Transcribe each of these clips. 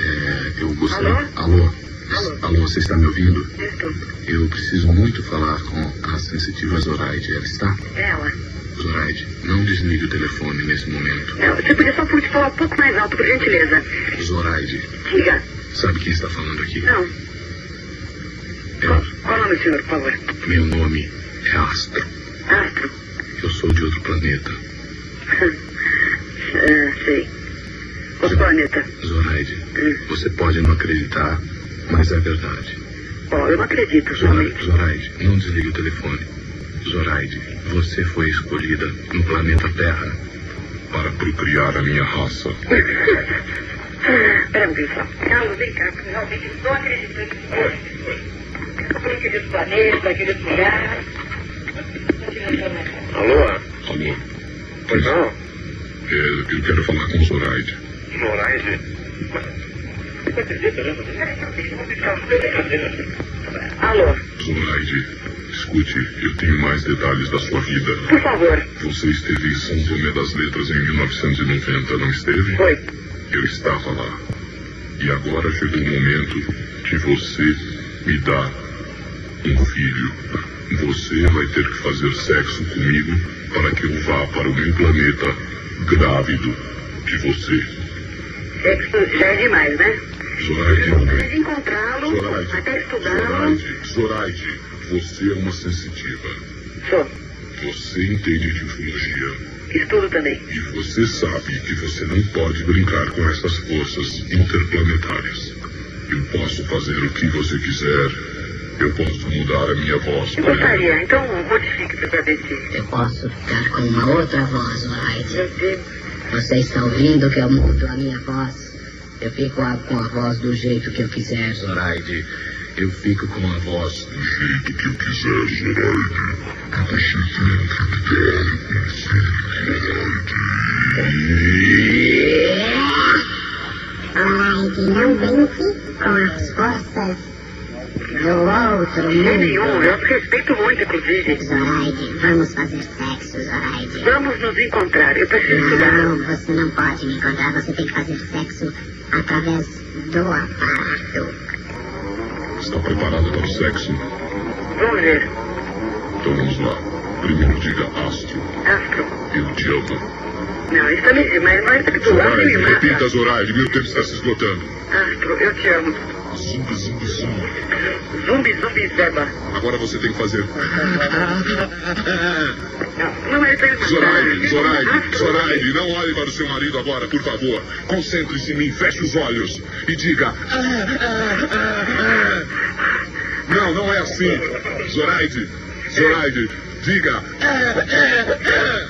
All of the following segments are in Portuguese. É, eu gostaria. Alô? Alô? Alô, você está me ouvindo? Estou. Eu preciso muito falar com a sensitiva Zoraide. Ela está? Ela. Zoraide, não desligue o telefone nesse momento. Não, você podia só por falar um pouco mais alto, por gentileza. Zoraide, Diga. sabe quem está falando aqui? Não. Ela. Qual o nome, senhor, por favor? Meu nome é Astro. Astro. Eu sou de outro planeta. É, sei. Os planeta. Zoraide, Hum. você pode não acreditar, mas é verdade. Bom, eu não acredito, Zoraide, realmente. Zoraide, não desligue o telefone. Zoraide, você foi escolhida no planeta Terra para procriar a minha raça. Pera um pouquinho só. Carlos, vem cá, porque realmente eu não acredito nisso. Eu não acredito planeta, não acredito lugar. Alô? Alô? Pois não? É, eu quero falar com Zoraide. Zoraide? Alô, Zoraide, escute, eu tenho mais detalhes da sua vida. por favor. Você esteve em São Tomé das Letras em 1990, não esteve? Oi. Eu estava lá. E agora chegou o momento de você me dar um filho. Você vai ter que fazer sexo comigo para que eu vá para o meu planeta grávido de você. Sexo já é demais, né? Zoraide, Preciso encontrá-lo, Zoraide, até estudá-lo. Zoraide, Zoraide, você é uma sensitiva. Sou. Você entende de ufologia. Estudo também. E você sabe que você não pode brincar com essas forças interplanetárias. Eu posso fazer o que você quiser. Eu posso mudar a minha voz Eu para ela. gostaria, então modifique para saber se. Eu posso ficar com uma outra voz, Zoraide. Meu Deus. Você está ouvindo que eu mudo a minha voz? Eu fico a- com a voz do jeito que eu quiser, Zoraide. Zoraide, eu fico com a voz do jeito que eu quiser, Zoraide. E você Zoraide, não brinque com as forças do outro Sem é nenhum, eu te respeito muito, inclusive. Zoraide, vamos fazer sexo, Zoraide. Vamos nos encontrar, eu preciso estudar. Não, você não pode me encontrar. Você tem que fazer sexo através do aparato. Está preparada para o sexo? Vamos ver. Então vamos lá. Primeiro diga astro, Astro. eu te amo. Não, isso também é mais, mais do lado Zoraide, me mata. repita, Zoraide, meu tempo está se esgotando. Astro, eu te amo. Zumbi, zumbi, zumbi. Zumbi, zumbi, zeba. Agora você tem que fazer. Não, não é pra ele Zoraide, matar. Zoraide, Astro. Zoraide, não olhe para o seu marido agora, por favor. Concentre-se em mim, feche os olhos e diga. "Ah, ah, ah, ah." Não, não é assim. Zoraide, Zoraide, diga. "Ah, ah, ah."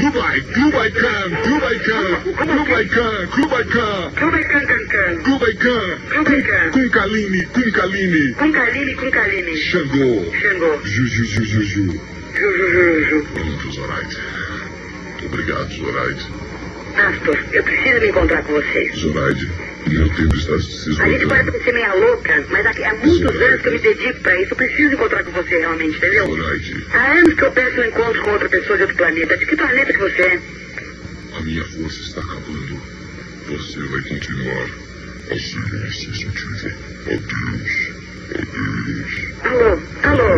Dubai, Dubai Khan, Dubai Khan, Dubai Khan, Dubai Khan, Tudo é can, can, can. Dubai Khan, Dubai Khan. Kunkalini, Kunkalini, Com Kaline, com Kaline. Xangô, Xangô. Juju, Juju, Juju. Ju, ju, ju, ju. Pronto, Zoraide. Muito obrigado, Zoraide. Astro, eu preciso me encontrar com vocês. Zoraide, meu tempo está se A gente parece esgotando. que você é meia louca, mas há, há muitos anos que eu me dedico pra isso. Eu preciso encontrar com você realmente, entendeu? Zoraide, Há anos que eu peço um encontro com outra pessoa de outro planeta. De que planeta que você é? a minha força está acabando. Você vai Assim, continuar a ser uma sensitiva. Adeus. Adeus.